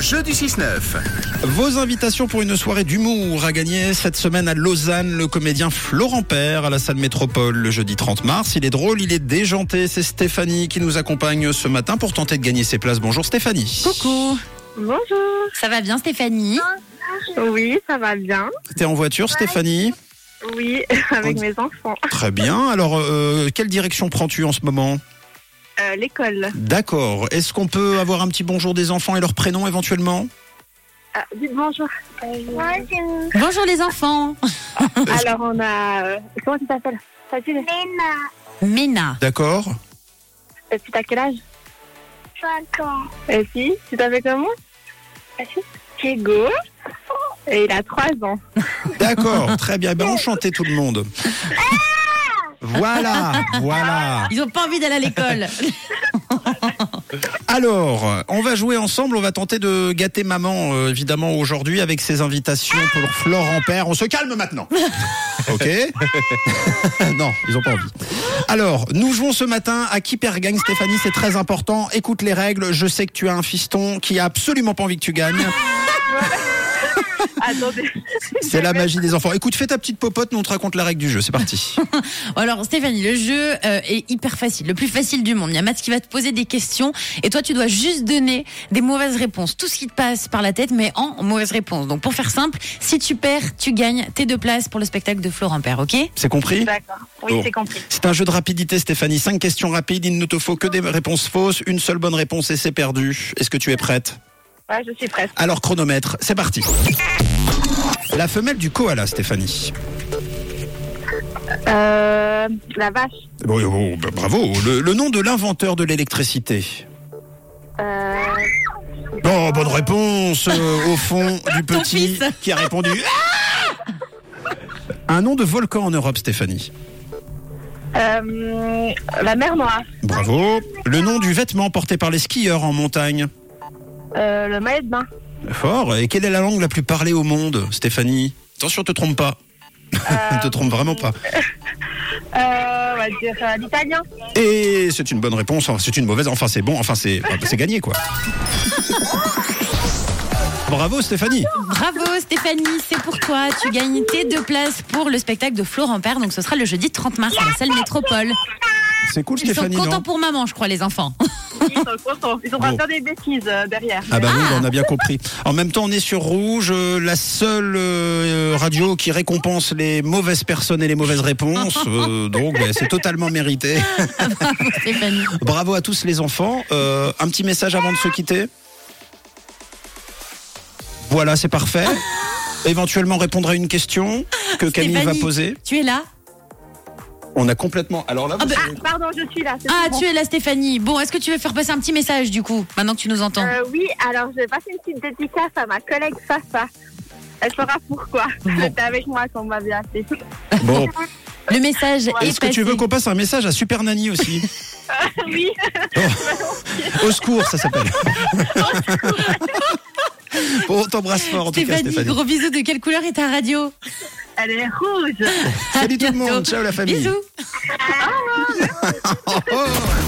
jeu du 6-9. Vos invitations pour une soirée d'humour à gagner cette semaine à Lausanne, le comédien Florent Père à la salle Métropole le jeudi 30 mars. Il est drôle, il est déjanté. C'est Stéphanie qui nous accompagne ce matin pour tenter de gagner ses places. Bonjour Stéphanie. Coucou, Bonjour. ça va bien Stéphanie Oui, ça va bien. T'es en voiture Stéphanie Oui, avec mes enfants. Très bien. Alors, euh, quelle direction prends-tu en ce moment Euh, L'école. D'accord. Est-ce qu'on peut avoir un petit bonjour des enfants et leur prénom éventuellement Ah, dites bonjour. Euh, Bonjour les enfants Alors, on a. euh, Comment tu t'appelles Facile. Mena, D'accord Et puis, Euh, t'as quel âge 5 ans. Et si Tu t'appelles comment Facile. Hugo. Et il a 3 ans. D'accord, très bien. Eh Ben, enchanté tout le monde. Voilà, voilà. ils ont pas envie d'aller à l'école Alors, on va jouer ensemble, on va tenter de gâter maman, euh, évidemment, aujourd'hui avec ses invitations pour Florent Père. On se calme maintenant. Ok Non, ils ont pas envie. Alors, nous jouons ce matin à qui perd gagne, Stéphanie, c'est très important. Écoute les règles, je sais que tu as un fiston qui a absolument pas envie que tu gagnes. Attendez. C'est la magie des enfants. Écoute, fais ta petite popote, nous on te raconte la règle du jeu, c'est parti. Alors Stéphanie, le jeu euh, est hyper facile, le plus facile du monde. Il y a Matt qui va te poser des questions et toi tu dois juste donner des mauvaises réponses, tout ce qui te passe par la tête mais en mauvaises réponses. Donc pour faire simple, si tu perds, tu gagnes tes deux places pour le spectacle de Florent Père, ok C'est compris D'accord. Oui, Bon. c'est compris. C'est un jeu de rapidité, Stéphanie. Cinq questions rapides. Il ne te faut que des réponses fausses. Une seule bonne réponse et c'est perdu. Est-ce que tu es prête Ouais, je suis prête. Alors, chronomètre, c'est parti. La femelle du koala, Stéphanie. Euh, la vache. Oh, oh, bah, bravo. Le, le nom de l'inventeur de l'électricité. Euh, Oh, bonne réponse euh, au fond du Ton petit fils. qui a répondu. Ah Un nom de volcan en Europe, Stéphanie. euh, la mer noire. Bravo. Le nom du vêtement porté par les skieurs en montagne. Euh, le maillet de bain. Fort. Et quelle est la langue la plus parlée au monde, Stéphanie Attention, te trompe pas. Ne te trompe vraiment pas. Euh, on va dire euh, l'italien. Et c'est une bonne réponse. Enfin, C'est une mauvaise. Enfin, c'est bon. Enfin, c'est enfin, c'est gagné, quoi. Bravo, Stéphanie. Bravo Stéphanie, c'est pour toi. Tu gagnes tes deux places pour le spectacle de Florent Père. Donc ce sera le jeudi 30 mars à la salle Métropole. C'est cool, Ils sont Stéphanie. non contents pour maman, je crois, les enfants. Ils sont contents. Ils sont en train de faire des bêtises euh, derrière. Ah bah oui, bah, on a bien compris. En même temps, on est sur Rouge, euh, la seule euh, radio qui récompense les mauvaises personnes et les mauvaises réponses. Euh, donc, bah, c'est totalement mérité. Stéphanie. Bravo à tous les enfants. Euh, un petit message avant de se quitter. Voilà, c'est parfait. Éventuellement répondre à une question que Camille Stéphanie, va poser. Tu es là On a complètement. Alors là, vous bah- Ah, pardon, je suis là. c'est Ah, bon. tu es là, Stéphanie. Bon, est-ce que tu veux faire passer un petit message du coup, maintenant que tu nous entends Euh, oui, alors je vais passer une petite dédicace à ma collègue Safa. Elle saura pourquoi. Elle était avec moi quand on m'avait appelé. ah, Bon, Le message est, est-ce que tu passé. veux qu'on passe un message à Super Nanny aussi oui, Bon. Au secours, ça s'appelle. bon, on t'embrasse fort en tout cas, Stéphanie, Stéphanie. gros bisous. De quelle couleur est ta radio elle est rouge. À Salut tout le bientôt. monde, ciao la famille. Bisous. Oh, oh.